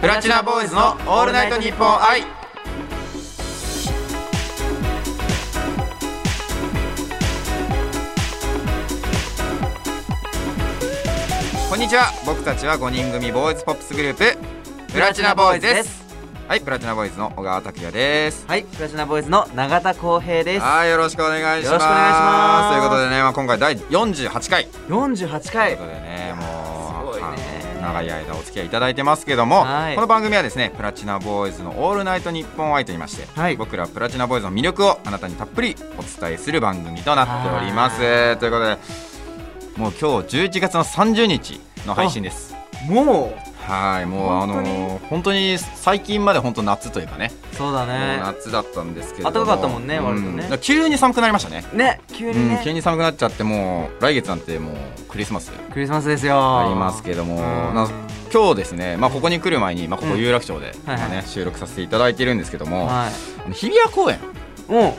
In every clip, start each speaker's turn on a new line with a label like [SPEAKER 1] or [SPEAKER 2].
[SPEAKER 1] プラチナボーイズのオールナイトニッポン愛こんにちは僕たちは5人組ボーイズポップスグループプラチナボーイズですはいプラチナボーイズの小川拓也です
[SPEAKER 2] はい、プラチナボーイズの永田浩平です。
[SPEAKER 1] はいよろしくお願いします
[SPEAKER 2] よろしくお願いします
[SPEAKER 1] ということでね、まあ、今回第48回
[SPEAKER 2] 48
[SPEAKER 1] という
[SPEAKER 2] 回
[SPEAKER 1] こ。とでね、もう
[SPEAKER 2] すごいね
[SPEAKER 1] あの長い間お付き合いいただいてますけども、
[SPEAKER 2] はい
[SPEAKER 1] この番組はですねプラチナボーイズの「オールナイトニッポン愛」といいまして、
[SPEAKER 2] はい
[SPEAKER 1] 僕らプラチナボーイズの魅力をあなたにたっぷりお伝えする番組となっておりますということでもう今日11月の30日の配信です
[SPEAKER 2] も
[SPEAKER 1] はいもうあのー本当に最近まで本当夏というかね、
[SPEAKER 2] うそうだ
[SPEAKER 1] もう
[SPEAKER 2] ね。
[SPEAKER 1] 夏だったんですけれども
[SPEAKER 2] 暖かかったもんね割とね
[SPEAKER 1] うんだから急に寒くなりましたね
[SPEAKER 2] ね、急
[SPEAKER 1] う
[SPEAKER 2] に
[SPEAKER 1] ん、急
[SPEAKER 2] ね、
[SPEAKER 1] に寒くなっちゃってもう来月なんてもうクリスマス
[SPEAKER 2] クリスマスですよ。
[SPEAKER 1] ありますけども、
[SPEAKER 2] うん
[SPEAKER 1] な今日ですね、まあ、ここに来る前に、まあ、ここ
[SPEAKER 2] うん
[SPEAKER 1] 有楽町で、
[SPEAKER 2] はい
[SPEAKER 1] まあね収録させていただいてるんですけども、
[SPEAKER 2] は
[SPEAKER 1] あの日比谷公園
[SPEAKER 2] い。うん、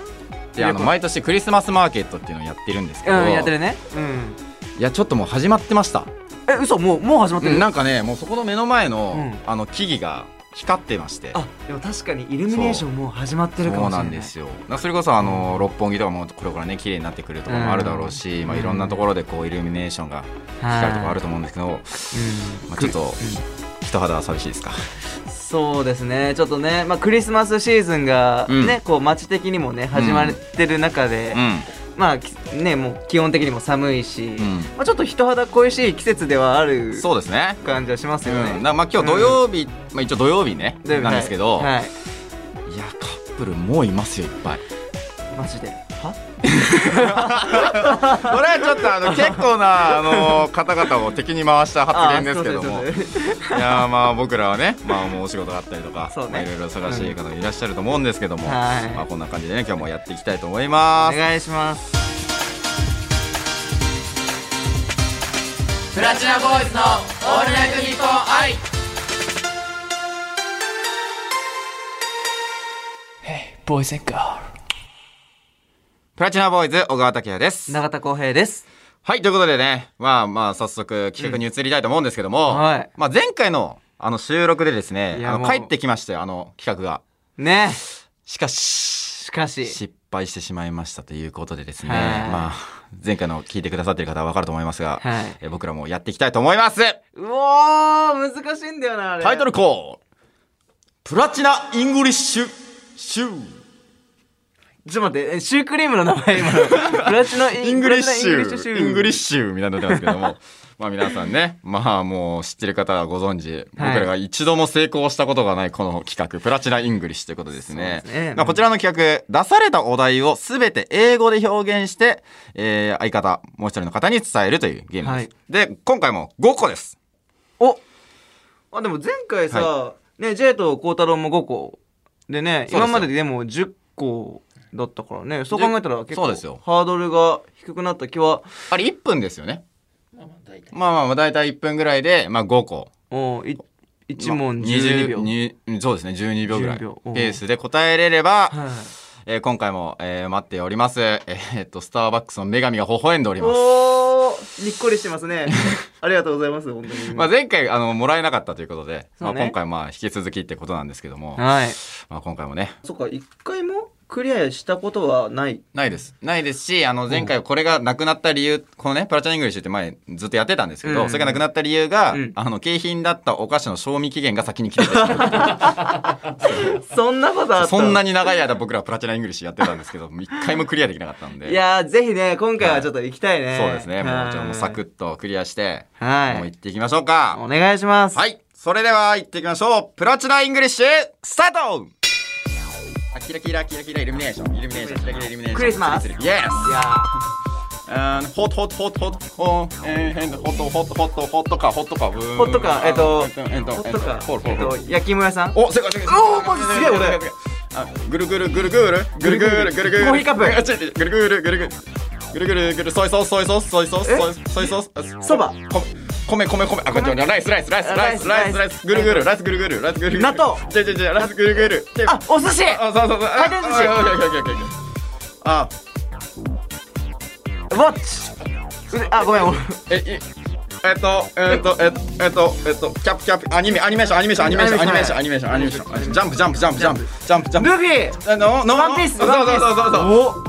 [SPEAKER 1] であの毎年クリスマスマーケットっていうのをやってるんですけど、
[SPEAKER 2] うん、やってるね。うん。
[SPEAKER 1] いやちょっともう始まってました、
[SPEAKER 2] え、嘘、もう、もう始まって
[SPEAKER 1] うん
[SPEAKER 2] る。
[SPEAKER 1] なんかねもうそこの目の前の,、
[SPEAKER 2] うん
[SPEAKER 1] あの木々が光ってまして
[SPEAKER 2] あ、でも確かにイルミネーションもう始まって
[SPEAKER 1] そ
[SPEAKER 2] るかも
[SPEAKER 1] う
[SPEAKER 2] しれ
[SPEAKER 1] な
[SPEAKER 2] な
[SPEAKER 1] ん
[SPEAKER 2] い。
[SPEAKER 1] ですよなそれこそあの六本木とかもこれからね綺麗になってくるところもあるだろうし、
[SPEAKER 2] うん
[SPEAKER 1] まあ、いろんなところでこうイルミネーションが光るところあると思うんですけど、
[SPEAKER 2] うん。
[SPEAKER 1] まあ、ちょっと人肌は寂しいですか。
[SPEAKER 2] そうですねちょっとね、まあ、クリスマスシーズンが
[SPEAKER 1] うん
[SPEAKER 2] ね、こう街的にもね始まってる中で、
[SPEAKER 1] うん
[SPEAKER 2] まあきねもう基本的にも寒いし、
[SPEAKER 1] ん
[SPEAKER 2] まあ、ちょっと人肌恋しい季節ではある
[SPEAKER 1] そうですね
[SPEAKER 2] 感じはしますよね、
[SPEAKER 1] うん、なまあ今日土曜日、まあ一応土曜日ね
[SPEAKER 2] だいぶ
[SPEAKER 1] なんですけど、
[SPEAKER 2] はい、はい
[SPEAKER 1] い、やカップルもういますよいっ ぱい
[SPEAKER 2] マジでは
[SPEAKER 1] これはちょっとあの結構なあの方々を敵に回した発言ですけども
[SPEAKER 2] あ
[SPEAKER 1] い
[SPEAKER 2] ーすいませんすいま
[SPEAKER 1] やまあ僕らはねまあもうお仕事があったりとか、
[SPEAKER 2] そうね
[SPEAKER 1] まあいろいろ忙しい方もいらっしゃると思うんですけども、
[SPEAKER 2] はい
[SPEAKER 1] まあこんな感じでね今日もやっていきたいと思いま
[SPEAKER 2] せん
[SPEAKER 1] す
[SPEAKER 2] お願いします
[SPEAKER 1] プラチナボーイズのオールナイトニッポン愛プラチナボーイズ小川拓也です
[SPEAKER 2] 永田浩平です
[SPEAKER 1] はい、ということでね、まあまあ、早速企画に移りたいと思うんですけども、
[SPEAKER 2] うんはい
[SPEAKER 1] まあ前回のあの収録でですね
[SPEAKER 2] い、や
[SPEAKER 1] あの
[SPEAKER 2] もう
[SPEAKER 1] 帰ってきましたよ、あの企画が。
[SPEAKER 2] ね
[SPEAKER 1] しかし、
[SPEAKER 2] しかし
[SPEAKER 1] 失敗してしまいましたということでですね、
[SPEAKER 2] はい
[SPEAKER 1] まあ、前回の聞いてくださってる方はわかると思いますが、
[SPEAKER 2] はい
[SPEAKER 1] え僕らもやっていきたいと思います
[SPEAKER 2] うおー難しいんだよなあれ
[SPEAKER 1] タイトルコールプラチナイングリッシュシュー
[SPEAKER 2] ちょっと待ってえシュークリームの名前 今のプラチナイ
[SPEAKER 1] イングリッシュ
[SPEAKER 2] プラチナ
[SPEAKER 1] イングリッ
[SPEAKER 2] シ
[SPEAKER 1] シュみたいになってますけども まあ皆さんねまあもう知ってる方はご存知僕
[SPEAKER 2] はい
[SPEAKER 1] らが一度も成功したことがないこの企画プラチナイングリッシュということですね
[SPEAKER 2] そうですね
[SPEAKER 1] まあ、こちらの企画出されたお題を全て英語で表現して、えー相方もう一人の方に伝えるというゲームです、
[SPEAKER 2] はい
[SPEAKER 1] で今回も5個です
[SPEAKER 2] おあでも前回さ、ね J と孝太郎も5個で
[SPEAKER 1] そう
[SPEAKER 2] ね
[SPEAKER 1] ですよ
[SPEAKER 2] 今まででも10個だったからねそう考えたら結構
[SPEAKER 1] そうですよ
[SPEAKER 2] ハードルが低くなった気は
[SPEAKER 1] あれ1分ですよねまあまあまあ大体1分ぐらいで、まあ、5個
[SPEAKER 2] おい1
[SPEAKER 1] まあ
[SPEAKER 2] 問12秒、
[SPEAKER 1] 20にそうですね12秒ぐらい
[SPEAKER 2] 12秒うん
[SPEAKER 1] ペースで答えれれば、
[SPEAKER 2] はい
[SPEAKER 1] えー今回も、えー待っております。えーえっと、スターバックスの女神が微笑んでおります。
[SPEAKER 2] おーにっこりしてます ねありがとうございます本当に、
[SPEAKER 1] まあ、前回、あの、もらえなかったということで、
[SPEAKER 2] そうね
[SPEAKER 1] まあ、今回、まあ、引き続きってことなんですけども、
[SPEAKER 2] はい
[SPEAKER 1] まあ、今回もね、
[SPEAKER 2] そっか一回もクリアしたことはない
[SPEAKER 1] ないです。ないですし、あの、前回これがなくなった理由、このね、プラチナイングリッシュって前ずっとやってたんですけど、
[SPEAKER 2] うん
[SPEAKER 1] それがなくなった理由が、
[SPEAKER 2] うん
[SPEAKER 1] あの、景品だったお菓子の賞味期限が先に切れてし まった。
[SPEAKER 2] そんなことあった
[SPEAKER 1] そんな
[SPEAKER 2] に
[SPEAKER 1] に長い間僕らプラチナイングリッシュやってたんですけ ど、一回もクリアできなかったんで。
[SPEAKER 2] いやーぜひね今回はちょっと行きたいね、
[SPEAKER 1] そうですね。もう、じゃあもうサクッとクリアして、もう行っていきましょうか。
[SPEAKER 2] お願いします
[SPEAKER 1] はい。それでは行っていきましょう。プラチナイングリッシュ、スタートあ、キラキラキラキライルミネーション。イルミネーション、キラキライルミネーション。
[SPEAKER 2] クリスマス
[SPEAKER 1] イエ
[SPEAKER 2] いや
[SPEAKER 1] スうん、ホットホットホットホットホット、えー、変なホットホットホットホットか、ホットか、ブーン
[SPEAKER 2] ホットかえっと
[SPEAKER 1] えっと、えっと、
[SPEAKER 2] ホットか
[SPEAKER 1] ホールホール
[SPEAKER 2] えっ
[SPEAKER 1] ホー
[SPEAKER 2] と
[SPEAKER 1] ル。
[SPEAKER 2] 焼き芋屋さん
[SPEAKER 1] お、正解正解。
[SPEAKER 2] おーマジすげえ俺
[SPEAKER 1] あぐるぐるぐるぐるぐるぐるぐるぐる
[SPEAKER 2] コーヒーカップ
[SPEAKER 1] あ違う違うぐるぐるぐるぐるぐるぐるぐるソイソースソイソースソイソースソイソースソイソース
[SPEAKER 2] そば
[SPEAKER 1] こ米米米あこっちもライスライスライスライスライスライスぐるぐるライスぐるぐるライスぐるぐる
[SPEAKER 2] 納豆
[SPEAKER 1] 違う違う違うライスぐるぐる
[SPEAKER 2] あお寿司
[SPEAKER 1] あそうそうそう
[SPEAKER 2] 回転寿司
[SPEAKER 1] あオッケーオッケーオッケーオッケーあ
[SPEAKER 2] ウォッチうであごめん俺
[SPEAKER 1] えいえっと、えっと、えっと、えっと、えっと、キャップキャップ、アニメ、アニメーション、アニメーション、アニメーション、アニメーション、アニメーション、アニメーション、ジャンプ、ジャンプ、ジャンプ、ジャンプ、ジャンプ、ジャンプ。
[SPEAKER 2] ルフィ
[SPEAKER 1] あの、の、
[SPEAKER 2] ワンピース
[SPEAKER 1] そう
[SPEAKER 2] ワ
[SPEAKER 1] そ
[SPEAKER 2] ン
[SPEAKER 1] う
[SPEAKER 2] ピース
[SPEAKER 1] そうそう。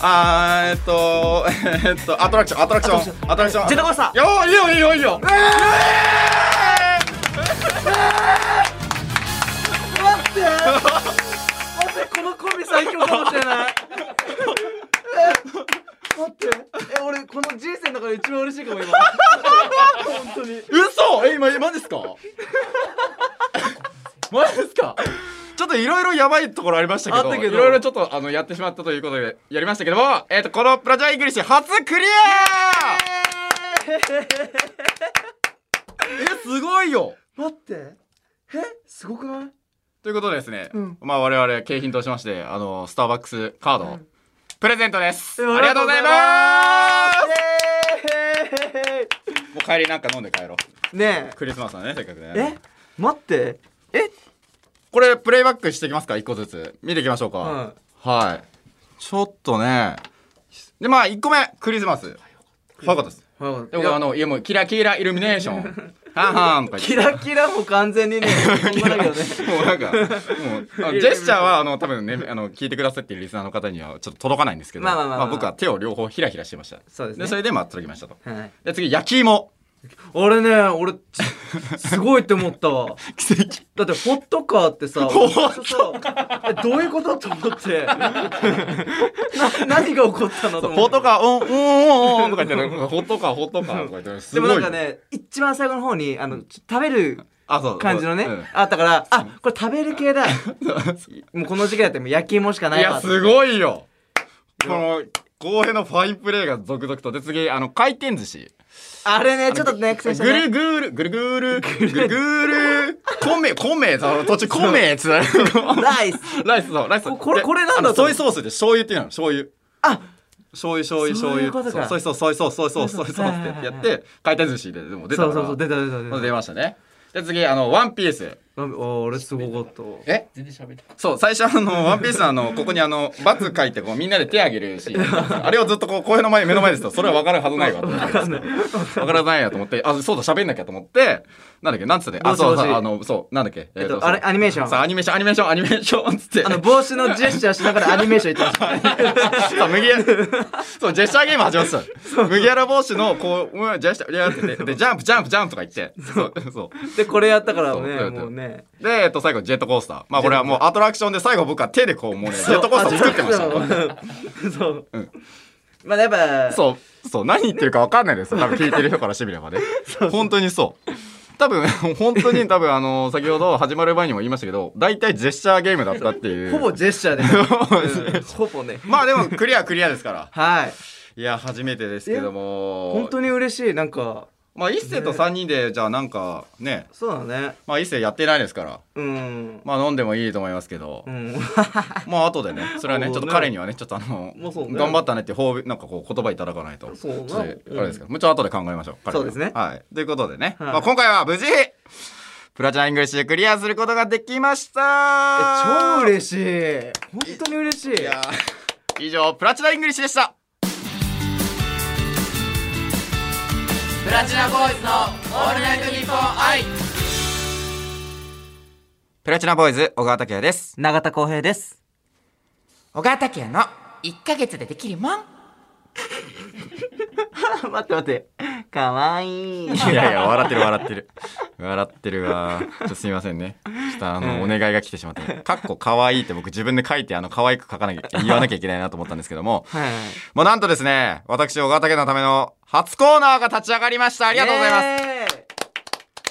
[SPEAKER 1] あー、えっと、えっと、アトラクション、アトラクション、アトラクション。
[SPEAKER 2] ジェットコースタ
[SPEAKER 1] よー、いいよ、いいよ、いいよ。
[SPEAKER 2] 待って待ってこのコンビ最強かもしれないえ待ってえ俺この人生の中で一番嬉しいかも今本当に
[SPEAKER 1] 嘘え、今、えマジっすか
[SPEAKER 2] マジですか
[SPEAKER 1] ちょっといろいろやばいところありましたけ
[SPEAKER 2] あっ
[SPEAKER 1] ど、
[SPEAKER 2] たけ
[SPEAKER 1] い
[SPEAKER 2] ど
[SPEAKER 1] ろいろちょっとあのやってしまったということでやりましたけども、えっ、と、このプラジャーイングリッシュ初クリアえ、すごいよ
[SPEAKER 2] 待ってえすごくない
[SPEAKER 1] ということでですね、
[SPEAKER 2] うん
[SPEAKER 1] まあ我々景品としまして、あの、スターバックスカード、
[SPEAKER 2] うん
[SPEAKER 1] プレゼントです、
[SPEAKER 2] うん
[SPEAKER 1] ありがとうございま
[SPEAKER 2] イエ
[SPEAKER 1] すもう帰りなんか飲んで帰ろう。
[SPEAKER 2] ーイね
[SPEAKER 1] クリスマスだね、せっかくね。
[SPEAKER 2] ええ待ってえ
[SPEAKER 1] これプレイバックしていきますか一個ずつ見ていきましょうか、はいちょっとねでまあ1個目クリスマス早かったですでもあのいやもうキラキライルミネーショ ンはんはんとか
[SPEAKER 2] キ
[SPEAKER 1] 言って
[SPEAKER 2] ラキラも完全にねこんなだけどね
[SPEAKER 1] もうなんかもうあのジェスチャーはあの多分ねあの聞いてくださってるリスナーの方にはちょっと届かないんですけど
[SPEAKER 2] まあまあまあまあ
[SPEAKER 1] 僕は手を両方ヒラヒラしてました
[SPEAKER 2] そうですね
[SPEAKER 1] でそれでまあ届きましたと
[SPEAKER 2] はい
[SPEAKER 1] で次焼き芋
[SPEAKER 2] 俺ね俺すごいって思ったわ
[SPEAKER 1] 奇跡
[SPEAKER 2] だってホットカーってさ
[SPEAKER 1] ホッ
[SPEAKER 2] そうそうえどういうことと思ってな何が起こったのと
[SPEAKER 1] ホ
[SPEAKER 2] 思
[SPEAKER 1] ッ
[SPEAKER 2] って
[SPEAKER 1] トカーオンオンオンオンとか言ってなんかホットカーホットカーとか言ってす
[SPEAKER 2] で
[SPEAKER 1] ご
[SPEAKER 2] も
[SPEAKER 1] い
[SPEAKER 2] なんかね一番最後の方にあのちょ食べる
[SPEAKER 1] あそう
[SPEAKER 2] 感じのね、
[SPEAKER 1] うん
[SPEAKER 2] あったからあこれ食べる系だもうこの時期だってもう焼き芋しかないい
[SPEAKER 1] や
[SPEAKER 2] わ
[SPEAKER 1] すごいよこの公平のファインプレーが続々とで次あの回転寿司
[SPEAKER 2] あれねちょっとね苦
[SPEAKER 1] ぐ
[SPEAKER 2] 戦したね
[SPEAKER 1] るぐるぐるぐるぐるぐる米米その途中米つな
[SPEAKER 2] ナイス
[SPEAKER 1] ライスそうライス
[SPEAKER 2] ここれ
[SPEAKER 1] で
[SPEAKER 2] これなんだ
[SPEAKER 1] あのソイソースで醤油っていうの醤油
[SPEAKER 2] あ
[SPEAKER 1] 醤油醤油
[SPEAKER 2] そ
[SPEAKER 1] 醤
[SPEAKER 2] ういう
[SPEAKER 1] 油
[SPEAKER 2] ことか
[SPEAKER 1] そうソイソースソイソースソイソースソイソースってやって回転寿司ででも出た
[SPEAKER 2] そ
[SPEAKER 1] か
[SPEAKER 2] うそうそう
[SPEAKER 1] ら
[SPEAKER 2] 出た出た出
[SPEAKER 1] 出
[SPEAKER 2] た
[SPEAKER 1] ましたねで次あのワンピース
[SPEAKER 2] お俺すごかった
[SPEAKER 1] え
[SPEAKER 3] 全然喋って
[SPEAKER 1] そう、最初あ の、ワンピースのあの、ここにあの、バツ書いてこう、みんなで手あげるシーンなんですよ。あれをずっとこう、公園の前、目の前ですと、それは分かるはずないわと思 って。分からないやと思って、あ、そうだ、喋んなきゃと思って、なんだっけ、なんつってたっけあ、そうそう、
[SPEAKER 2] 帽子
[SPEAKER 1] あの、そう、なんだっけ、
[SPEAKER 2] えっ
[SPEAKER 1] ー
[SPEAKER 2] とあれアニメーション
[SPEAKER 1] さあ、アニメーション、アニメーション、アニメーション、つって。
[SPEAKER 2] あの帽子のジェスチャーしながらアニメーション言ってました
[SPEAKER 1] さあ、麦や、そう、ジェスチャーゲーム始まってた。麦やら帽子の、こう、うん、ジェスチャー、いやってて、で、ジャンプ、ジャンプ、ジャンプとか言って。そう、そう。
[SPEAKER 2] でこれやったから
[SPEAKER 1] そう
[SPEAKER 2] ねもうね
[SPEAKER 1] で、えっと、最後、ジェットコースター。まあ、これはもうアトラクションで、最後僕は手でこう、もうね、ジェットコースター作ってました。
[SPEAKER 2] たそう
[SPEAKER 1] うん
[SPEAKER 2] まあやっぱ
[SPEAKER 1] そう、そう、何言ってるか分かんないですよ。多分聞いてる人からしてみればね。本当にそう。多分、 本当に多分、あの、先ほど始まる前にも言いましたけど、大体ジェスチャーゲームだったっていう。
[SPEAKER 2] ほぼジェスチャーでうん ほぼね
[SPEAKER 1] まあでも、クリアクリアですから。
[SPEAKER 2] はい
[SPEAKER 1] いや、初めてですけども。
[SPEAKER 2] 本当に嬉しいなんか
[SPEAKER 1] まあ、一世と三人で、じゃあなんか、ね、
[SPEAKER 2] そうだね
[SPEAKER 1] まあ、一世やってないですから。
[SPEAKER 2] うん
[SPEAKER 1] まあ、飲んでもいいと思いますけど
[SPEAKER 2] う。ん
[SPEAKER 1] まあ、後でね、それはね、
[SPEAKER 2] そう
[SPEAKER 1] ちょ
[SPEAKER 2] ね
[SPEAKER 1] っと彼にはね、ちょっとあの、
[SPEAKER 2] まあそうね
[SPEAKER 1] 頑張ったねって、褒美なんかこう、言葉いただかないと。
[SPEAKER 2] そうね
[SPEAKER 1] ちょっとあれですけど、もうちょっと後で考えましょう。彼には
[SPEAKER 2] そうですね
[SPEAKER 1] はい。ということでね、
[SPEAKER 2] はい
[SPEAKER 1] まあ今回は無事、プラチナイングリッシュでクリアすることができました
[SPEAKER 2] え超
[SPEAKER 1] し
[SPEAKER 2] 嬉しい本当に嬉しい
[SPEAKER 1] いやー以上、プラチナイングリッシュでした。
[SPEAKER 3] プラチナボーイズのオールナイトニッポン愛
[SPEAKER 1] プラチナボーイズ、小川拓也です。
[SPEAKER 2] 永田浩平です
[SPEAKER 3] 小川拓也の1ヶ月でできるもん
[SPEAKER 2] 待って待って。かわいい。
[SPEAKER 1] いやいや、笑ってる笑ってる。笑ってるわ。ちょっとすみませんね。ちょっとあの、お願いが来てしまって。かっこ可愛いって僕自分で書いて、あの、可愛く書かなきゃ、言わなきゃいけないなと思ったんですけども。
[SPEAKER 2] はい。
[SPEAKER 1] まあなんとですね、私、小川拓也のための初コーナーが立ち上がりました。あ
[SPEAKER 2] あ
[SPEAKER 1] りがとうございます。
[SPEAKER 2] す。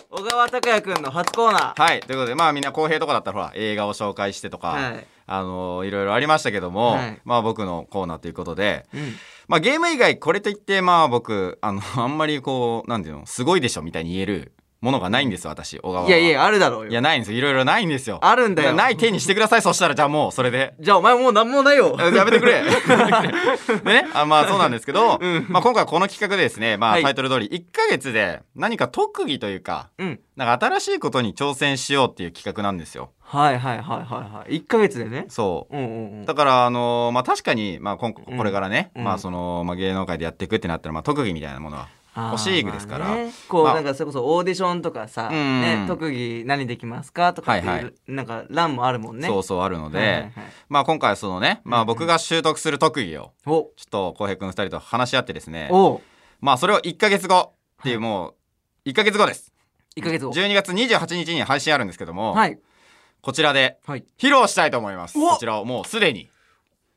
[SPEAKER 2] 小川拓也くんの初コーナー。
[SPEAKER 1] はい。ということで、まあみんな公平とかだったら、ほら、映画を紹介してとか、
[SPEAKER 2] はい
[SPEAKER 1] あのーいろいろありましたけども、
[SPEAKER 2] はい
[SPEAKER 1] まあ僕のコーナーということで、
[SPEAKER 2] うん。
[SPEAKER 1] まあゲーム以外これといって、まあ僕、あの、あんまりこう、なんていうの、すごいでしょみたいに言えるものがないんです、私、小川は。
[SPEAKER 2] いやいや、あるだろう
[SPEAKER 1] いや、
[SPEAKER 2] よ。
[SPEAKER 1] ないんですよ。いろいろないんですよ。
[SPEAKER 2] あるんだよ
[SPEAKER 1] ない手にしてください。そしたら、じゃあもう、それ で。
[SPEAKER 2] じゃあお前もうなんもないよ。
[SPEAKER 1] あやめてく れ。でね、あまあそうなんですけど、まあ今回この企画でですね、ま
[SPEAKER 2] は
[SPEAKER 1] あ
[SPEAKER 2] い
[SPEAKER 1] タイトル通り、1ヶ月で何か特技というか、
[SPEAKER 2] うん。
[SPEAKER 1] なんか新しいことに挑戦しようっていう企画なんですよ。
[SPEAKER 2] はいはいはいはいはい。一ヶ月でね。
[SPEAKER 1] そう。
[SPEAKER 2] うんうんうん。
[SPEAKER 1] だから、あのーまあ、確かに、まあ、今これからね、
[SPEAKER 2] うん
[SPEAKER 1] まあ、その、まあ、芸能界でやっていくってなったら、まあ、特技みたいなものは惜しいですから、
[SPEAKER 2] まあねこう、なんかそれこそオーディションとかさ、
[SPEAKER 1] うん
[SPEAKER 2] ね、特技何できますかとかっていう、
[SPEAKER 1] はいはい
[SPEAKER 2] なんか欄もあるもんね
[SPEAKER 1] そうそうあるので、
[SPEAKER 2] はいはいはい
[SPEAKER 1] まあ今回はそのね、ま
[SPEAKER 2] うんう
[SPEAKER 1] あ、
[SPEAKER 2] ん
[SPEAKER 1] 僕が習得する特技を
[SPEAKER 2] お
[SPEAKER 1] ちょっと浩平君2人と話し合ってですね
[SPEAKER 2] お
[SPEAKER 1] まあそれを1か月後っていうもう1か月後です
[SPEAKER 2] 一ヶ月後
[SPEAKER 1] 12月28日に配信あるんですけども、
[SPEAKER 2] はい
[SPEAKER 1] こちらで
[SPEAKER 2] はい
[SPEAKER 1] 披露したいと思います
[SPEAKER 2] お
[SPEAKER 1] こちらをもうすでに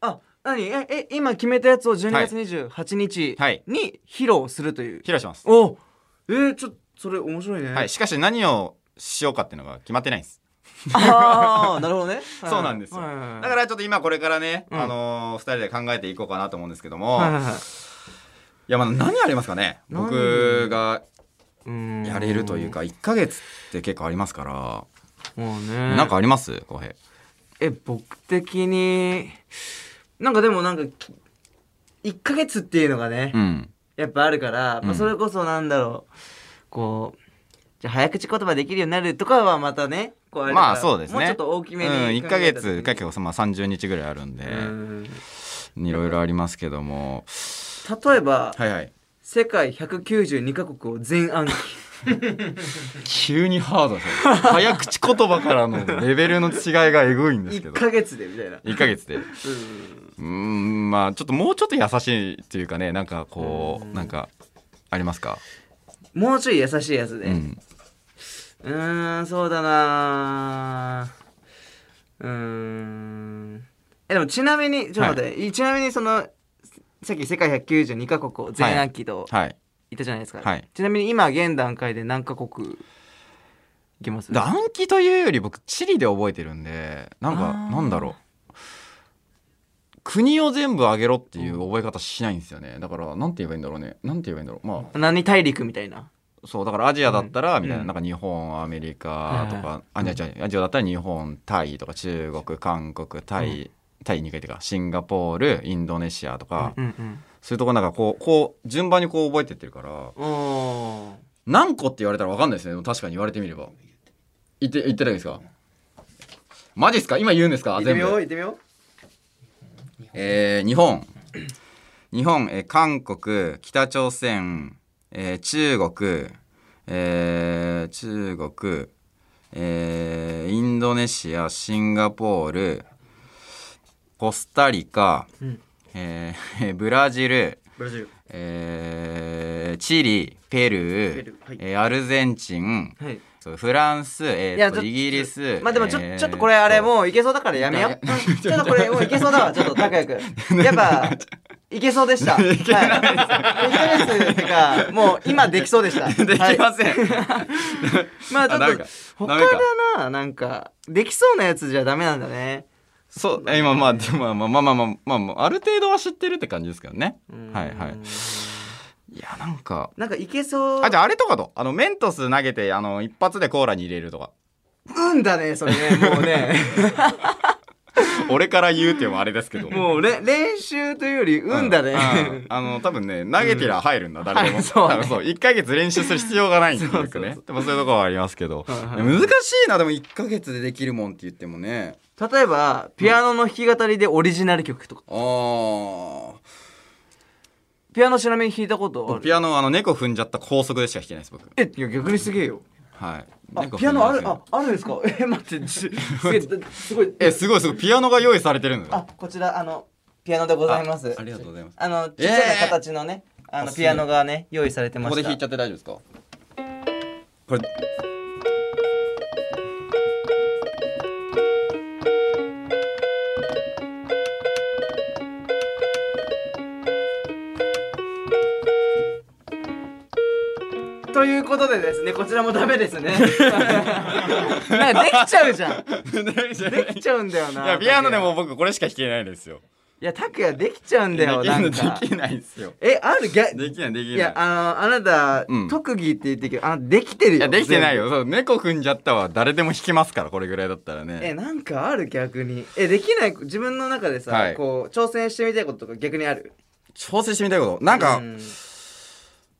[SPEAKER 2] あ何ええ今決めたやつを12月28日
[SPEAKER 1] はい
[SPEAKER 2] に披露するという、
[SPEAKER 1] 披露します、
[SPEAKER 2] おえー、ちょっとそれ面白いね
[SPEAKER 1] はい、しかし何をしようかっていうのが決まってないんです
[SPEAKER 2] ああなるほどね
[SPEAKER 1] そうなんですよ
[SPEAKER 2] はいはいはい
[SPEAKER 1] だからちょっと今これからね、
[SPEAKER 2] うん
[SPEAKER 1] あのー、2人で考えていこうかなと思うんですけども、
[SPEAKER 2] はい
[SPEAKER 1] い、
[SPEAKER 2] はいはい
[SPEAKER 1] やまあ何ありますかね
[SPEAKER 2] 何
[SPEAKER 1] 僕が
[SPEAKER 2] うん
[SPEAKER 1] やれるというか1か月って結構ありますから
[SPEAKER 2] もうね
[SPEAKER 1] なんかあります浩平
[SPEAKER 2] え僕的になんかでもなんかき1ヶ月っていうのがね、
[SPEAKER 1] うん
[SPEAKER 2] やっぱあるから、
[SPEAKER 1] う
[SPEAKER 2] まあ、
[SPEAKER 1] ん
[SPEAKER 2] それこそなんだろうこうじゃあ早口言葉できるようになるとかはまたねこうあれだから
[SPEAKER 1] まあそうですね
[SPEAKER 2] もうちょっと大きめに
[SPEAKER 1] う
[SPEAKER 2] 考
[SPEAKER 1] ん
[SPEAKER 2] え
[SPEAKER 1] 1
[SPEAKER 2] た
[SPEAKER 1] か
[SPEAKER 2] 時に
[SPEAKER 1] 月かけまあ30日ぐらいあるんで
[SPEAKER 2] うん
[SPEAKER 1] いろいろありますけども
[SPEAKER 2] 例えば、
[SPEAKER 1] はいはい
[SPEAKER 2] 世界192カ国を 全暗記
[SPEAKER 1] 急にハードですね早口言葉からのレベルの違いがえぐいんですけ
[SPEAKER 2] 1
[SPEAKER 1] ど
[SPEAKER 2] ヶ月でみたいな、
[SPEAKER 1] 1か月でうー
[SPEAKER 2] うん、
[SPEAKER 1] んまあちょっともうちょっと優しいっていうかねなんかこうなんかありますか
[SPEAKER 2] もうちょい優しいやつで
[SPEAKER 1] う
[SPEAKER 2] うん
[SPEAKER 1] ん
[SPEAKER 2] ーんそうだなーうーんえでもちなみにちょっと待って、ちなみにそのさっき世界192カ国を全暗記と
[SPEAKER 1] はい
[SPEAKER 2] 言ったじゃないですか、
[SPEAKER 1] はい
[SPEAKER 2] ちなみに今現段階で何カ国いけます
[SPEAKER 1] で暗記というより僕地理で覚えてるんでなんか
[SPEAKER 2] あー
[SPEAKER 1] なんだろう国を全部あげろっていう覚え方しないんですよねだからなんて言えばいいんだろうねなんて言えばいいんだろうま
[SPEAKER 2] 何大陸みたいな
[SPEAKER 1] あそうだからアジアだったら
[SPEAKER 2] ん
[SPEAKER 1] みたいな,、
[SPEAKER 2] うん
[SPEAKER 1] なんか日本アメリカとか、
[SPEAKER 2] はいはい
[SPEAKER 1] あじゃあじゃあアジアだったら日本タイとか中国韓国タイ、タイ2回とかシンガポールインドネシアとか、
[SPEAKER 2] うんうん
[SPEAKER 1] そういうとこなんかこうこう順番にこう覚えてってるから
[SPEAKER 2] おー
[SPEAKER 1] 何個って言われたら分かんないですねでも確かに言われてみれば言って言ってないですかマジっすか今言うんですか
[SPEAKER 2] 行って
[SPEAKER 1] 全
[SPEAKER 2] みよう
[SPEAKER 1] 部
[SPEAKER 2] 行ってみよう
[SPEAKER 1] えー、日本日本、えー韓国北朝鮮、えー中国、えー中国、えーインドネシアシンガポールコスタリカ、
[SPEAKER 2] うん
[SPEAKER 1] えー ブラジル、
[SPEAKER 2] ブラジル
[SPEAKER 1] えーチリペルー
[SPEAKER 2] ペルーはい
[SPEAKER 1] えーアルゼンチン
[SPEAKER 2] はい
[SPEAKER 1] そうフランス、え
[SPEAKER 2] いや
[SPEAKER 1] ー
[SPEAKER 2] ちょ
[SPEAKER 1] とイギリス
[SPEAKER 2] まあでもちょ,、
[SPEAKER 1] えー
[SPEAKER 2] ちょっとこれあれ
[SPEAKER 1] う
[SPEAKER 2] もういけそうだからやめよ
[SPEAKER 1] いうやい
[SPEAKER 2] うん ちょっとこれもういけそうだわちょっと高谷君やっぱいけそうでしたはい1ヶ月ってかもう今できそうでした
[SPEAKER 1] できません、
[SPEAKER 2] まあちょ
[SPEAKER 1] あダメ
[SPEAKER 2] っ
[SPEAKER 1] か
[SPEAKER 2] と他
[SPEAKER 1] ダメか
[SPEAKER 2] だななんかできそうなやつじゃダメなんだね
[SPEAKER 1] そうえー今まあでもまあまあまあまあまあ、まあ、ある程度は知ってるって感じですけどね
[SPEAKER 2] うん
[SPEAKER 1] はいはいいやなんか
[SPEAKER 2] なんかいけそう
[SPEAKER 1] あじゃああれとかとあのメントス投げてあの一発でコーラに入れると か
[SPEAKER 2] うんだねそれねもうね
[SPEAKER 1] 俺から言うっていうのもあれですけど
[SPEAKER 2] もうね練習というよりうんだね、
[SPEAKER 1] うんあの多分ね投げてりゃ入るんだ、誰でも、
[SPEAKER 2] はいそうね
[SPEAKER 1] 多分そう1ヶ月練習する必要がないんですね
[SPEAKER 2] そうそうそ
[SPEAKER 1] でもそういうとこはありますけど、
[SPEAKER 2] はいはい
[SPEAKER 1] 難しいなでも1ヶ月でできるもんって言ってもね
[SPEAKER 2] 例えばピアノの弾き語りでオリジナル曲とか
[SPEAKER 1] あー
[SPEAKER 2] ピアノちなみに弾いたことある
[SPEAKER 1] ピアノあの猫踏んじゃった高速でしか弾けないです僕
[SPEAKER 2] えいや逆にすげえよ
[SPEAKER 1] はい
[SPEAKER 2] あ
[SPEAKER 1] 猫踏んじゃった
[SPEAKER 2] ピアノあるああるんで すかえ待ってすすげえ すごい
[SPEAKER 1] えすごいすごいピアノが用意されてるのよ
[SPEAKER 2] あこちらあのピアノでございます
[SPEAKER 1] あありがとうございます
[SPEAKER 2] あのちっちゃな形のね、あのピアノがね用意されて
[SPEAKER 1] こ
[SPEAKER 2] ま
[SPEAKER 1] こ
[SPEAKER 2] し
[SPEAKER 1] で
[SPEAKER 2] た
[SPEAKER 1] 弾いちゃって大丈夫ですかこれ
[SPEAKER 2] ということでですねこちらもダメ ですねなんかできちゃうじゃんできちゃうんだよない
[SPEAKER 1] やピアノでも僕これしか弾けないですよ
[SPEAKER 2] いや拓也できちゃうんだ
[SPEAKER 1] で
[SPEAKER 2] よ
[SPEAKER 1] きない
[SPEAKER 2] な
[SPEAKER 1] で
[SPEAKER 2] んか
[SPEAKER 1] きないですよ
[SPEAKER 2] えあるギャ
[SPEAKER 1] できないできない
[SPEAKER 2] いやあのあなた、
[SPEAKER 1] うん
[SPEAKER 2] 特技って言ってるけどあできてるよ
[SPEAKER 1] いやできてないよそう猫踏んじゃったは誰でも弾けますからこれぐらいだったら
[SPEAKER 2] え
[SPEAKER 1] ね
[SPEAKER 2] なんかある逆にえできない自分の中でさ、
[SPEAKER 1] はい
[SPEAKER 2] こう挑戦してみたいこととか逆にある
[SPEAKER 1] 調整してみたいことなんか、
[SPEAKER 2] うん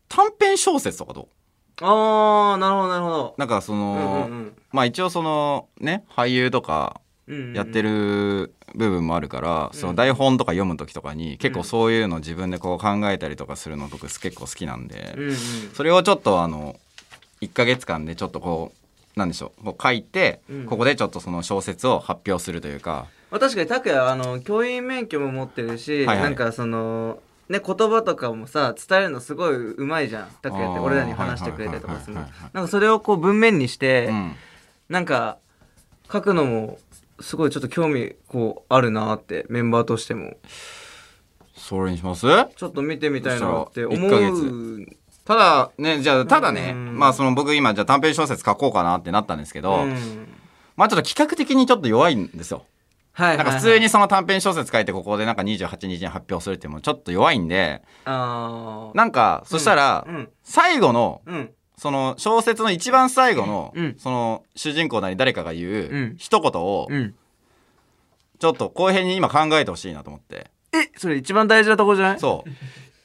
[SPEAKER 1] 短編小説とかどう
[SPEAKER 2] ああなるほどなるほど
[SPEAKER 1] なんかそ
[SPEAKER 2] うん
[SPEAKER 1] の、
[SPEAKER 2] うんうん
[SPEAKER 1] まあ一応そのね俳優とかやってる部分もあるから、その台本とか読む時とかに結構そういうの自分でこう考えたりとかするの僕結構好きなんで、
[SPEAKER 2] うんうん
[SPEAKER 1] それをちょっとあの1ヶ月間でちょっとこうなんでしょうこう書いて、
[SPEAKER 2] うん
[SPEAKER 1] ここでちょっとその小説を発表するというか、
[SPEAKER 2] まあ、確かに拓也はあの教員免許も持ってるし、
[SPEAKER 1] はいはい
[SPEAKER 2] なんかそのね言葉とかもさ伝えるのすごいうまいじゃん拓也って
[SPEAKER 1] あー
[SPEAKER 2] 俺らに話してくれたりとかするの
[SPEAKER 1] はいはいはいはい
[SPEAKER 2] なんかそれをこう文面にして、
[SPEAKER 1] うん
[SPEAKER 2] なんか書くのもすごいちょっと興味こうあるなってメンバーとしても
[SPEAKER 1] それにします
[SPEAKER 2] ちょっと見てみたいなって思
[SPEAKER 1] そしたら一ヶ
[SPEAKER 2] う
[SPEAKER 1] ただねじゃあただね、
[SPEAKER 2] うん
[SPEAKER 1] まあその僕今じゃあ短編小説書こうかなってなったんですけど、
[SPEAKER 2] うん
[SPEAKER 1] まあちょっと企画的にちょっと弱いんですよ。
[SPEAKER 2] はいはいはい
[SPEAKER 1] なんか普通にその短編小説書いてここでなんか28日に発表するっていうのもちょっと弱いんで
[SPEAKER 2] あー
[SPEAKER 1] なんかそしたら
[SPEAKER 2] うん
[SPEAKER 1] 最後の
[SPEAKER 2] うん
[SPEAKER 1] その小説の一番最後の
[SPEAKER 2] うん
[SPEAKER 1] その主人公なり誰かが言
[SPEAKER 2] う
[SPEAKER 1] うん一言を
[SPEAKER 2] うん
[SPEAKER 1] ちょっと公平に今考えてほしいなと思って
[SPEAKER 2] えそれ一番大事なとこじゃない
[SPEAKER 1] そう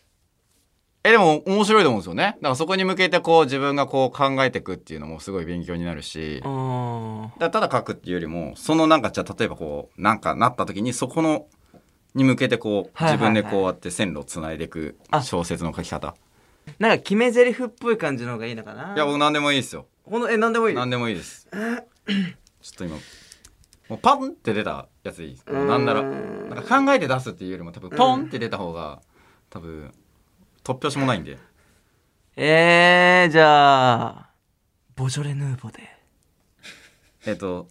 [SPEAKER 1] えでも面白いと思うんですよねだからそこに向けてこう自分がこう考えていくっていうのもすごい勉強になるし
[SPEAKER 2] あー
[SPEAKER 1] だからただ書くっていうよりもそのなんかじゃあ例えばこうなんかなった時にそこのに向けてこう
[SPEAKER 2] はい
[SPEAKER 1] 自
[SPEAKER 2] はいはい
[SPEAKER 1] 分でこうやって線路をつないでいく
[SPEAKER 2] あ
[SPEAKER 1] 小説の書き方
[SPEAKER 2] なんか決め台詞っぽい感じの方がいいのかない
[SPEAKER 1] や僕何でもいいですよ
[SPEAKER 2] ほんのえ何でもいい
[SPEAKER 1] 何でもいいです ちょっと今もうパンって出たやつでいいですもうなんなら
[SPEAKER 2] う
[SPEAKER 1] なんか考えて出すっていうよりも多分ポンって出た方が多分突拍子もないんで
[SPEAKER 2] えー、じゃあボジョレ・ヌーボで
[SPEAKER 1] えっと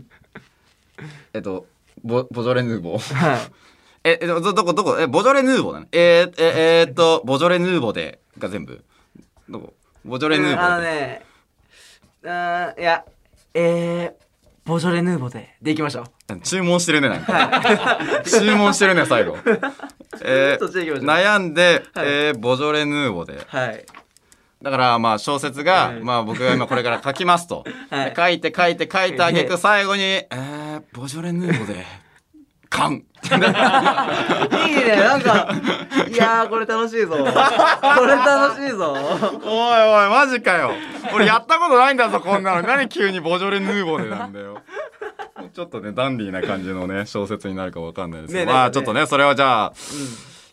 [SPEAKER 1] えっとボボジョレ・ヌーボー
[SPEAKER 2] はい
[SPEAKER 1] え、えどどこ、どこ、え、ボジョレ・ヌーボーだね。えー、え、えーっと、ボジョレ・ヌーボーで、が全部。どこボジョレ・ヌーボ
[SPEAKER 2] あ
[SPEAKER 1] ー
[SPEAKER 2] の
[SPEAKER 1] で。
[SPEAKER 2] ねうーんいやえー、ボジョレ・ヌーボででいきましょう
[SPEAKER 1] 注文してるね、なんか。 注文してるね、最 後。え
[SPEAKER 2] そっち行き
[SPEAKER 1] ー、
[SPEAKER 2] ましょう
[SPEAKER 1] 悩んで、
[SPEAKER 2] はい
[SPEAKER 1] えー、ボジョレ・ヌーボーで。
[SPEAKER 2] はい
[SPEAKER 1] だから、まあ、小説が、
[SPEAKER 2] はい
[SPEAKER 1] まあ、僕が今これから書きますと。
[SPEAKER 2] はい
[SPEAKER 1] 書いて、書いて、書いてあげ
[SPEAKER 2] は
[SPEAKER 1] く、最後に、えー、ボジョレ・ヌーボーで、カ ン。
[SPEAKER 2] いいねな んかいやーこれ楽しいぞこれ楽しいぞ
[SPEAKER 1] おいおいマジかよ俺やったことないんだぞこんなの何急にボジョレ・ヌーボーでなんだよちょっとねダンディーな感じのね小説になるかわかんないですけど、
[SPEAKER 2] ねえねえ
[SPEAKER 1] ま
[SPEAKER 2] ね
[SPEAKER 1] あ
[SPEAKER 2] え
[SPEAKER 1] ちょっとねそれをじゃあ、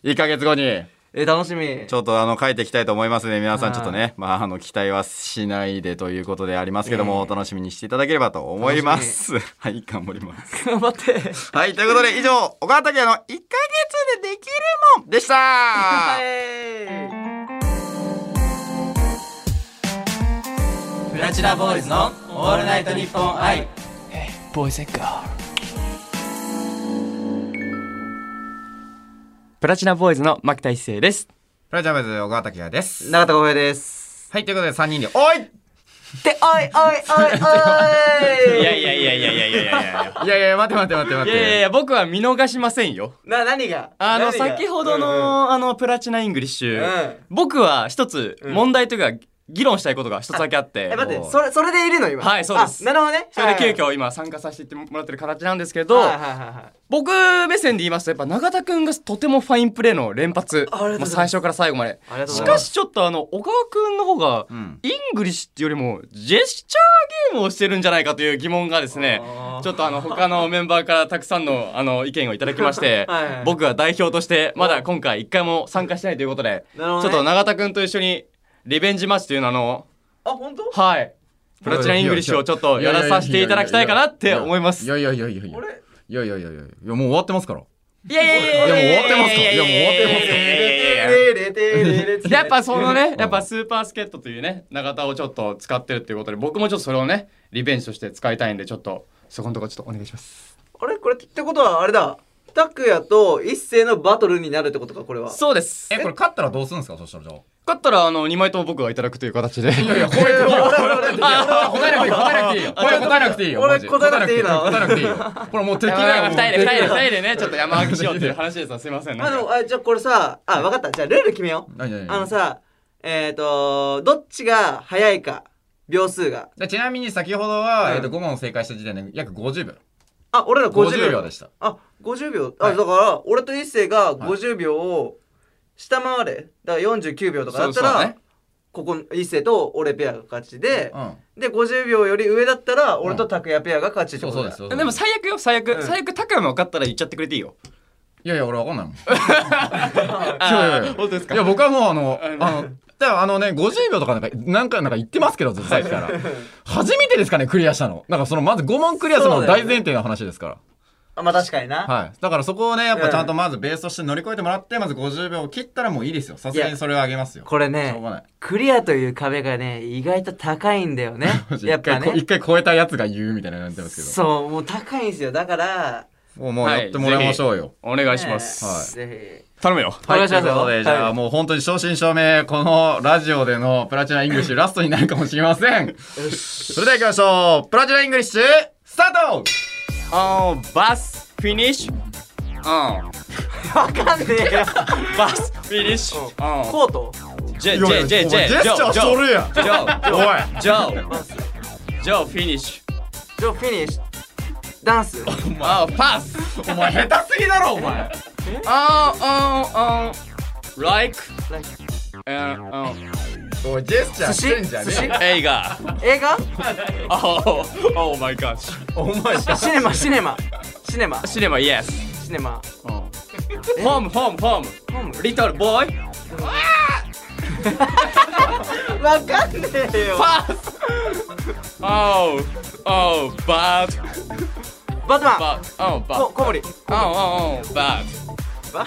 [SPEAKER 1] 1ヶ月後に
[SPEAKER 2] え楽しみ
[SPEAKER 1] ちょっとあの書いていきたいと思いますね皆さ
[SPEAKER 2] あ
[SPEAKER 1] ん
[SPEAKER 2] ー
[SPEAKER 1] ちょっとねまああの期待はしないでということでありますけども、お楽しみにしていただければと思います はい頑張ります
[SPEAKER 2] 頑張って
[SPEAKER 1] はいということで以上小川拓也の1ヶ月でできるもんでした、
[SPEAKER 2] はい
[SPEAKER 3] プラチナボーイズのオールナイトニッポン愛
[SPEAKER 2] ボイセンカ
[SPEAKER 4] プラチナボーイズの牧田一成です。
[SPEAKER 1] プラチナムズ小川拓也です
[SPEAKER 2] 永田浩平です
[SPEAKER 1] はいということで3人でおい
[SPEAKER 2] でおいおいおいおい
[SPEAKER 4] いやいやいやいやいやいや。
[SPEAKER 1] いやいや待って待って待って
[SPEAKER 4] い
[SPEAKER 1] 待って
[SPEAKER 4] やいや僕は見逃しませんよ。
[SPEAKER 2] な何が
[SPEAKER 4] あの
[SPEAKER 2] 何が
[SPEAKER 4] 先ほどのあのプラチナイングリッシ
[SPEAKER 2] うんうん
[SPEAKER 4] ュ、
[SPEAKER 2] え
[SPEAKER 4] 僕は一つ問題というか議論したいことが一つだけあって、
[SPEAKER 2] 待ってそれそれでいるの今
[SPEAKER 4] はいそうです
[SPEAKER 2] あなるほどね
[SPEAKER 4] それで急
[SPEAKER 2] 遽
[SPEAKER 4] 遽今参加させてもらってる形なんですけど、
[SPEAKER 2] はいはいはいはい
[SPEAKER 4] 僕目線で言いますとやっぱ永田くんがとてもファインプレーの連発、
[SPEAKER 2] あありがとうございます
[SPEAKER 4] もう最初から最後まで。
[SPEAKER 2] ありがとうご
[SPEAKER 4] し
[SPEAKER 2] ざいま
[SPEAKER 4] か
[SPEAKER 2] す
[SPEAKER 4] しちょっとあの小川くんの方が
[SPEAKER 1] うん
[SPEAKER 4] イングリッシュっていうよりもジェスチャーゲームをしてるんじゃないかという疑問がですね
[SPEAKER 2] あー
[SPEAKER 4] ちょっとあの他のメンバーからたくさんのあの意見をいただきまして
[SPEAKER 2] はいはい
[SPEAKER 4] 僕は代表としてまだ今回一回も参加してないということで、ち
[SPEAKER 2] なるほ
[SPEAKER 4] ょ
[SPEAKER 2] ど
[SPEAKER 4] っ
[SPEAKER 2] ね
[SPEAKER 4] と永田君と一緒にリベンジマッチというのの
[SPEAKER 2] あ本当
[SPEAKER 4] はいプラチナイングリッシュをちょっとやらさせていただきたいかなって思います
[SPEAKER 1] いやいやいやいやいや
[SPEAKER 2] 俺
[SPEAKER 1] いやいやいやいやいやもう終わってますから
[SPEAKER 4] いやいやい
[SPEAKER 1] いやもう
[SPEAKER 4] やい
[SPEAKER 1] 終
[SPEAKER 4] や
[SPEAKER 1] わってますからいやもう終わってますから
[SPEAKER 4] やっぱそのね、やっぱスーパースケットというね、永田をちょっと使ってるっていうことで、僕もちょっとそれをね、リベンジとして使いたいんで、ちょっと、そこのとこちょっとお願いします。
[SPEAKER 2] あれこれってことはあれだ拓也と一斉のバトルになるってことかこれは
[SPEAKER 4] そうです。
[SPEAKER 1] えこれ勝ったらどうするんですかそしたらじゃあ
[SPEAKER 4] 勝ったら、あの、2枚とも僕がいただくという形で。いやいや、
[SPEAKER 1] これ
[SPEAKER 2] 俺俺俺俺
[SPEAKER 1] 答えなくていい答えなくていいよこれ答えなくていいよマ
[SPEAKER 2] 俺
[SPEAKER 1] ジ
[SPEAKER 2] 答えなくていいな
[SPEAKER 1] 答えなくていいよ答えなくていいよこれもう敵だよ
[SPEAKER 4] 2
[SPEAKER 1] もう
[SPEAKER 4] 人 で、2人で、2人でね、ちょっと山分けしようっていう話ですわ。すいません。
[SPEAKER 2] まあで
[SPEAKER 4] なんか
[SPEAKER 2] もあじゃあこれさあ分かったじゃあルール決めよう
[SPEAKER 1] 何何何
[SPEAKER 2] あのさえっとどっちが早いか秒数が
[SPEAKER 1] じゃあちなみに先ほどは、えっと5問正解した時点で約50秒
[SPEAKER 2] あ俺ら50
[SPEAKER 1] 50
[SPEAKER 2] 秒
[SPEAKER 1] 秒でした
[SPEAKER 2] あ50秒
[SPEAKER 1] は
[SPEAKER 2] あ
[SPEAKER 1] い
[SPEAKER 2] だから俺と一斉が50秒を下回れだから49秒とかだった
[SPEAKER 4] そうそう
[SPEAKER 2] ら
[SPEAKER 4] ね
[SPEAKER 2] ここ伊勢と俺ペアが勝ちで、
[SPEAKER 1] うん
[SPEAKER 2] で50秒より上だったら俺と拓也ペアが勝ちって
[SPEAKER 1] そう
[SPEAKER 2] こ
[SPEAKER 1] そ
[SPEAKER 2] と
[SPEAKER 5] で
[SPEAKER 1] うですそう
[SPEAKER 2] だよ
[SPEAKER 1] です
[SPEAKER 5] も最悪よ最悪、
[SPEAKER 2] うん
[SPEAKER 5] 最悪タクヤも分かったら言っちゃってくれていいよ
[SPEAKER 1] いやいや俺わかんないもんいやいやいや
[SPEAKER 4] 本当ですか
[SPEAKER 1] いや僕はもうあ のあのだからあのね50秒とかなんか何回なんか言ってますけどずっとさっきから初めてですかねクリアしたのなんかそのまず5問クリアするの
[SPEAKER 2] そうだよね
[SPEAKER 1] 大前提の話ですから
[SPEAKER 2] あまあ確かにな、
[SPEAKER 1] はい。だからそこをね、やっ
[SPEAKER 2] う
[SPEAKER 1] ぱ
[SPEAKER 2] ん
[SPEAKER 1] ちゃんとまずベースとして乗り越えてもらって、まず50秒を切ったらもういいですよ。さすがにそれはあげますよ。
[SPEAKER 2] これ
[SPEAKER 1] しょう
[SPEAKER 2] ね
[SPEAKER 1] がない。
[SPEAKER 2] クリアという壁がね意外と高いんだよねやっぱ
[SPEAKER 1] 一回こ
[SPEAKER 2] ね
[SPEAKER 1] 一回超えたやつが言うみたいなのになってますけ
[SPEAKER 2] そうもう高いんですよだから
[SPEAKER 1] ど。もうもうやってもらいましょうよ。
[SPEAKER 4] お願
[SPEAKER 2] お
[SPEAKER 4] いします。
[SPEAKER 1] はい
[SPEAKER 2] ぜ
[SPEAKER 4] 頼むよ。
[SPEAKER 2] はい
[SPEAKER 1] ということ
[SPEAKER 2] は
[SPEAKER 1] で、
[SPEAKER 2] い
[SPEAKER 1] じゃあもう本当に正真正銘、このラジオでのプラチナイングリッシュラストになるかもしれません。それでは行きましょう。プラチナイングリッシュ、スタート
[SPEAKER 4] あーバスフィニッシュ。うん。
[SPEAKER 2] ひわかんねえよ
[SPEAKER 4] バスフィニッシュ。うん。
[SPEAKER 2] コート
[SPEAKER 4] ジェジェジェジェ。
[SPEAKER 1] ジェスチャーしとるやん。
[SPEAKER 4] ジョー
[SPEAKER 1] おい。
[SPEAKER 4] ジョージョーフィニッシ
[SPEAKER 2] じゃあフィニッシュダンス
[SPEAKER 4] ュ。あーパス。
[SPEAKER 1] お前下手すぎだろ、お前。
[SPEAKER 4] あーあーあー。like uh, oh.
[SPEAKER 2] なんか
[SPEAKER 4] えー
[SPEAKER 1] おい、ジェスチャーしてんじゃねえよ。
[SPEAKER 4] 映画。
[SPEAKER 2] 映画
[SPEAKER 4] おおおマイガッシ
[SPEAKER 1] お前、
[SPEAKER 2] シネマシネマシネマ
[SPEAKER 4] ュ。シネマイエス。
[SPEAKER 2] シネマ
[SPEAKER 4] ホームホームホーム。
[SPEAKER 2] ホーム
[SPEAKER 4] リトルボーイ。
[SPEAKER 2] わかんねえよ
[SPEAKER 4] パス。おおバード
[SPEAKER 2] バットマン
[SPEAKER 4] バードおバ
[SPEAKER 2] こ
[SPEAKER 4] ード。
[SPEAKER 2] 小森
[SPEAKER 4] Oh, あああバー
[SPEAKER 2] ババ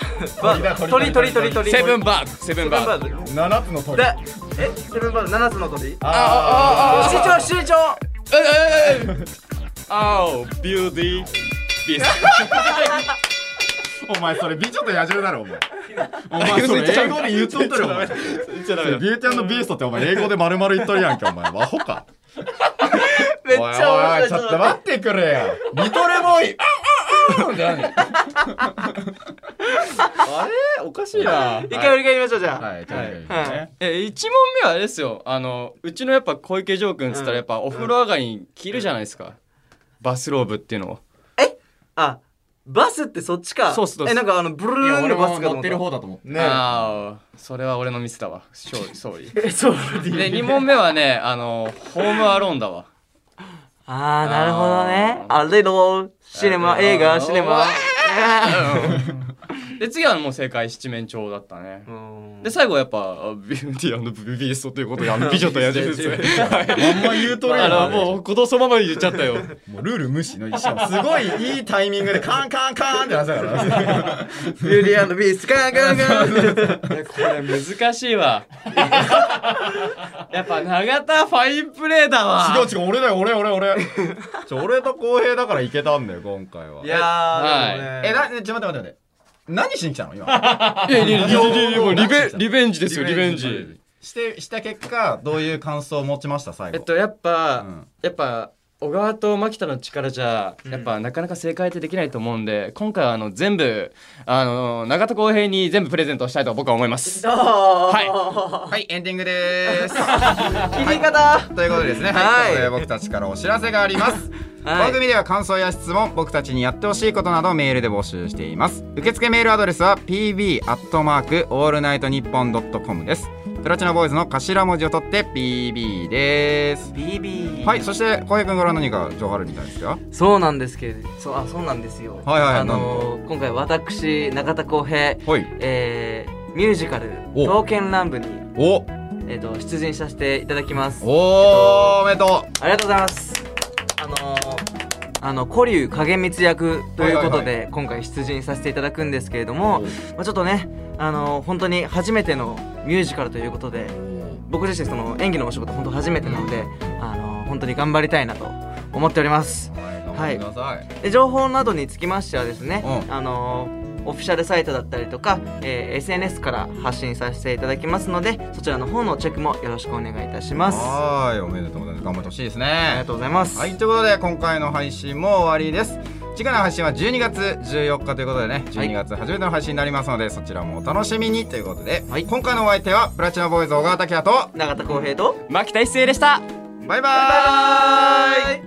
[SPEAKER 2] 鳥鳥鳥鳥
[SPEAKER 4] ドセブンバードセブンバー
[SPEAKER 2] セ
[SPEAKER 4] ド
[SPEAKER 2] ブンバー
[SPEAKER 1] 7つの
[SPEAKER 2] ド
[SPEAKER 1] 鳥。
[SPEAKER 2] だえセブンバード七つの鳥
[SPEAKER 4] Oh,
[SPEAKER 1] ああ
[SPEAKER 2] 市長市長
[SPEAKER 4] おビューテ ィービス
[SPEAKER 1] お前それ美女と野獣だろお前。お前それ英語で言っとっとるよお 前。それビューティービーストってお前英語で丸々言っとるやんけお前。アホか。
[SPEAKER 2] めっち
[SPEAKER 1] おいおい
[SPEAKER 2] ゃ
[SPEAKER 1] おい
[SPEAKER 2] 面白い
[SPEAKER 1] ちょっと待ってくれよ。リトルボーイ。うんうんうんじゃない。あれおかしいな。
[SPEAKER 2] 一回振り返りましょうじゃあ、
[SPEAKER 1] はい。ということで
[SPEAKER 2] は
[SPEAKER 1] ね
[SPEAKER 4] え1問目はあれですよあのうちのやっぱ小池城君っつったらやっぱお風呂上がりに着るじゃないですか、バスローブっていうのを
[SPEAKER 2] あバスってそっちか
[SPEAKER 4] そうっすそうっす
[SPEAKER 2] えなんかあのブル
[SPEAKER 1] いや
[SPEAKER 2] ーン
[SPEAKER 1] 俺
[SPEAKER 2] の
[SPEAKER 1] も
[SPEAKER 2] バスかと
[SPEAKER 1] 乗
[SPEAKER 2] 思
[SPEAKER 1] っ
[SPEAKER 2] ってた
[SPEAKER 1] る方だと思って。ね
[SPEAKER 4] ああそれは俺のミスだわ勝利総理
[SPEAKER 2] えそう
[SPEAKER 4] で2問目はねあのホームアローンだわ
[SPEAKER 2] あーなるほどねあれのシネマ映画シネマ
[SPEAKER 4] で次はもう正解七面鳥だったね、
[SPEAKER 2] うん
[SPEAKER 4] で最後はやっぱビューティービーストということであの美女と野獣ですね
[SPEAKER 1] あんま言うとるや
[SPEAKER 4] あ
[SPEAKER 1] ん。
[SPEAKER 4] のもう子供そのままに言っちゃったよ
[SPEAKER 1] もうルール無視の一緒。すごいいいタイミングでカンカンカンってなってた から。
[SPEAKER 2] ビューティービーストガンガンガン
[SPEAKER 4] これ難しいわ やっぱ永田ファインプレーだわ
[SPEAKER 1] 違う違う俺だよ俺俺俺ちょ俺と浩平だからいけたんだよ今回 はい
[SPEAKER 2] やーでもね
[SPEAKER 1] えなちょっと待って待って待って何しに来たの今
[SPEAKER 4] いやいやいやいやいやもうリベリベンジで
[SPEAKER 1] です
[SPEAKER 4] よリベンジ
[SPEAKER 1] してした結果どういう感想を持ちました最後
[SPEAKER 5] えっとやっぱ、
[SPEAKER 1] うん
[SPEAKER 5] やっぱ小川と牧田の力じゃやっぱなかなか正解ってできないと思うんで、今回はあの全部あの永田浩平に全部プレゼントしたいと僕は思います
[SPEAKER 2] は
[SPEAKER 1] はいエンディングでーす
[SPEAKER 2] い切り方
[SPEAKER 1] ということでですね
[SPEAKER 2] は
[SPEAKER 1] は
[SPEAKER 2] い
[SPEAKER 1] い、ということで僕たちからお知らせがあります
[SPEAKER 2] はい
[SPEAKER 1] 番組では感想や質問僕たちにやってほしいことなどをメールで募集しています受付メールアドレスは pb アットマークオールナイトニッポンドットコムですプラチナボーイズの頭文字を取って pb ですはいそして浩平君から何か情報あるみたいですよ
[SPEAKER 2] そうなんですけれどそうあそうなんですよ
[SPEAKER 1] はいはい
[SPEAKER 2] あのー今回私中田浩平
[SPEAKER 1] はい
[SPEAKER 2] えーミュージカル「
[SPEAKER 1] お
[SPEAKER 2] 刀剣乱舞に」
[SPEAKER 1] お
[SPEAKER 2] えーと出演させていただきます
[SPEAKER 1] おーおめでとう
[SPEAKER 2] ありがとうございます。あのー、あの古流影光役ということで、今回出陣させていただくんですけれども、まあ、ちょっとね、あのー、本当に初めてのミュージカルということで僕自身その演技のお仕事本当初めてなので、あのー、本当に頑張りたいなと思っております
[SPEAKER 1] は
[SPEAKER 2] はい
[SPEAKER 1] 頑張ってください
[SPEAKER 2] で情報などにつきましてはですね、
[SPEAKER 1] うん
[SPEAKER 2] あのーオフィシャルサイトだったりとか、えー SNS から発信させていただきますのでそちらの方のチェックもよろしくお願いいたしますあ
[SPEAKER 1] はーいおめでとうございます頑張ってほしいですね
[SPEAKER 2] りがとうございます、
[SPEAKER 1] はいということで今回の配信も終わりです次回の配信は12月14日ということでね12月初めての配信になりますので、そちらもお楽しみにということで、
[SPEAKER 2] はい
[SPEAKER 1] 今回のお相手はプラチナボーイズ小川拓也と
[SPEAKER 2] 永田浩平と
[SPEAKER 5] 牧田一成でした
[SPEAKER 1] バイバーイ
[SPEAKER 2] バイバイ